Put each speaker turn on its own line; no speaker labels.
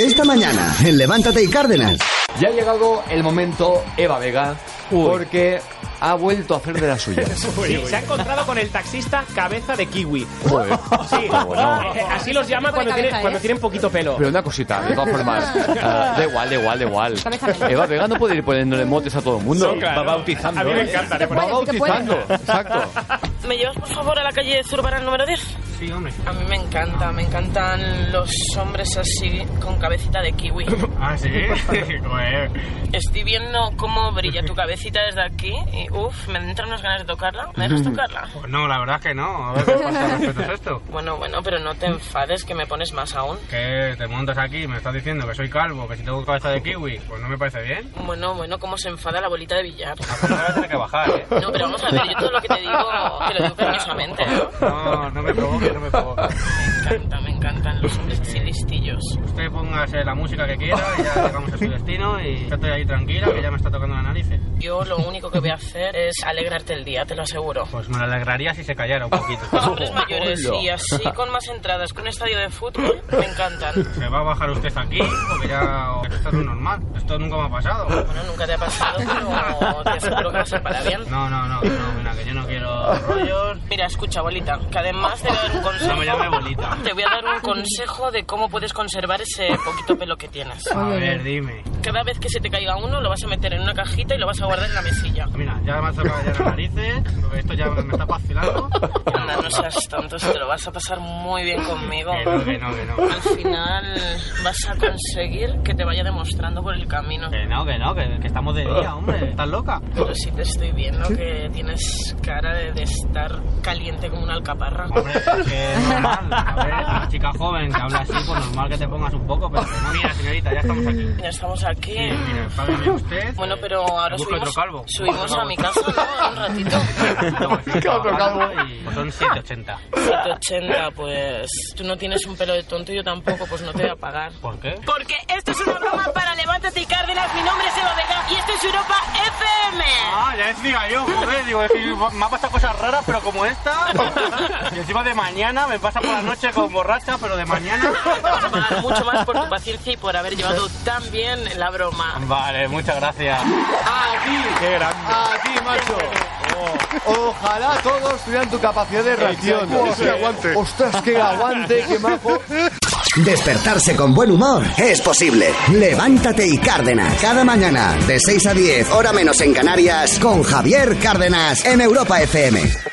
Esta mañana, en Levántate y Cárdenas.
Ya ha llegado el momento, Eva Vega, porque ha vuelto a hacer de las suyas.
Sí, se ha encontrado con el taxista cabeza de kiwi.
Joder.
Sí,
Pero Ah, bueno.
eh, así los llama
Tipo de
cuando, tienen-
cabeza, ¿eh?
cuando tienen poquito pelo.
Pero una cosita, de todas formas. ah, da igual, da igual, da igual.
Cabeza mía.
Eva Vega no puede ir poniéndole motes a todo el mundo.
Sí, claro.
Va bautizando.
A mí me
¿eh?
encanta, le
Va
ponemos- Sí que puede.
bautizando, exacto.
¿Me llevas por favor a la calle Zurbarán número 10?
Sí, hombre.
A mí me encanta, me encantan los hombres así con cabecita de kiwi.
Ah, sí. Joder.
Estoy viendo cómo brilla tu cabecita desde aquí y uff, me entran unas ganas de tocarla. ¿Me dejas tocarla?
Pues no, la verdad es que no. A ver qué pasa respecto a esto.
Bueno, bueno, pero no te enfades que me pones más aún.
Que te montas aquí, me estás diciendo que soy calvo, que si tengo cabeza de kiwi, pues no me parece bien.
Bueno, bueno, cómo se enfada la bolita de billar.
Ahora tiene que bajar, ¿eh?
No, pero vamos a ver, yo todo lo que te digo te lo digo cariñosamente. ¿eh?
No, no me provoques, no me provoques.
Me encanta, me encantan los hombres así listillos.
Usted póngase la música que quiera y ya llegamos a su destino y yo estoy ahí tranquila que ya me está tocando la nariz. ¿eh?
Yo lo único que voy a hacer es alegrarte el día, te lo aseguro.
Pues me lo alegraría si se callara un poquito.
hombres mayores y así con más entradas que un estadio de fútbol me encantan.
Se va a bajar usted aquí porque ya esto es lo normal. Esto nunca me ha pasado.
Bueno, nunca te ha pasado, pero te aseguro que va a ser para bien.
No, no, no, no, mira, que yo no quiero rollos.
Mira, escucha, abuelita, que además te voy a dar un consejo.
No me llame abuelita.
Te voy a dar un consejo de cómo puedes conservar ese poquito pelo que tienes.
A ver, dime.
Cada vez que se te caiga uno, lo vas a meter en una cajita y lo vas a guardar en la mesilla.
Mira, ya me ha tocado ya las narices, porque esto ya me está pastilando.
Anda, no seas tonto, si te lo vas a pasar muy bien conmigo.
Que no, que no, que no.
Al final vas a conseguir que te vaya demostrando por el camino.
Que no, que no, que, que estamos de día, hombre. ¿Estás loca?
Pero sí te estoy viendo que tienes cara de, de estar caliente como una alcaparra.
Hombre, que es normal. A ver, una chica joven que habla así, pues normal que te pongas un poco, pero que no. Mira, señorita, ya estamos aquí.
Ya estamos aquí.
Eh, Mira, págame usted.
Bueno, pero ahora
Busco
subimos,
otro calvo.
subimos
Otro
a mi casa, ¿no? Un ratito.
Busca otro calvo. Y... Pues son 780.
780, pues tú no tienes un pelo de tonto y yo tampoco, pues no te voy a pagar.
¿Por qué?
Porque esto es una broma para Levántate y Cárdenas, mi nombre es Eva Vega y esto es Europa FM.
Ah, ya decía yo, joder, digo, es que me ha pasado cosas raras, pero como esta. Y encima de mañana, me pasa por la noche con borracha, pero de mañana.
Te vas a pagar mucho más por tu paciencia y por haber llevado tan bien la broma.
Vale, muchas gracias.
A ti,
Qué grande.
a ti, macho.
Ojalá todos tuvieran tu capacidad de reacción.
Ese aguante.
Ostras, que aguante, que majo.
Despertarse con buen humor es posible. Levántate y Cárdenas. Cada mañana, de 6 a 10, hora menos en Canarias, con Javier Cárdenas en Europa FM.